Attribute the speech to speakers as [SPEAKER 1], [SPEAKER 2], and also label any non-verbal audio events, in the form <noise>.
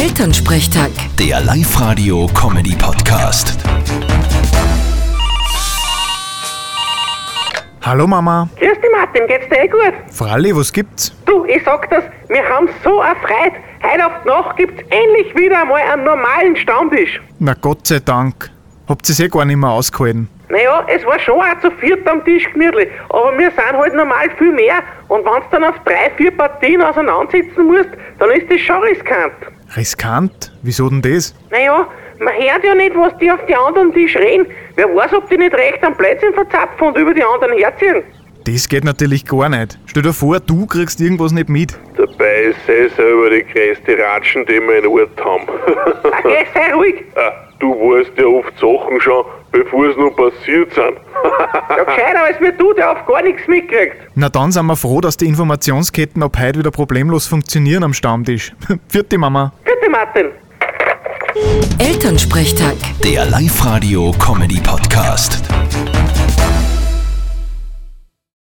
[SPEAKER 1] Elternsprechtag.
[SPEAKER 2] Der Live-Radio-Comedy-Podcast.
[SPEAKER 3] Hallo Mama.
[SPEAKER 4] Grüß dich, Martin, geht's dir eh gut?
[SPEAKER 3] Fralli, was gibt's?
[SPEAKER 4] Du, ich sag das, wir haben so erfreut. Heute auf die Nacht gibt's endlich wieder einmal einen normalen Stammtisch.
[SPEAKER 3] Na Gott sei Dank. Habt ihr's eh gar nicht mehr ausgehalten.
[SPEAKER 4] Naja, es war schon auch zu viert am Tisch gemütlich, aber wir sind halt normal viel mehr. Und wenn du dann auf drei, vier Partien auseinandersitzen musst, dann ist das schon riskant.
[SPEAKER 3] Riskant? Wieso denn das?
[SPEAKER 4] Naja, man hört ja nicht, was die auf die anderen Tisch reden. Wer weiß, ob die nicht recht am Plätzchen verzapfen und über die anderen herziehen.
[SPEAKER 3] Das geht natürlich gar nicht. Stell dir vor, du kriegst irgendwas nicht mit.
[SPEAKER 5] Dabei ist er selber die größte Ratschen, die wir in Ort haben.
[SPEAKER 4] Okay, sei ruhig.
[SPEAKER 5] <laughs> Ah, du weißt ja oft Sachen schon, bevor es noch passiert sind. <laughs>
[SPEAKER 4] Ja, gescheiter als wir du, der auf gar nichts mitkriegt.
[SPEAKER 3] Na dann sind wir froh, dass die Informationsketten ab heute wieder problemlos funktionieren am Stammtisch. <laughs> Vierte Mama.
[SPEAKER 4] Bitte, Martin.
[SPEAKER 1] Elternsprechtag.
[SPEAKER 2] Der Live-Radio-Comedy-Podcast.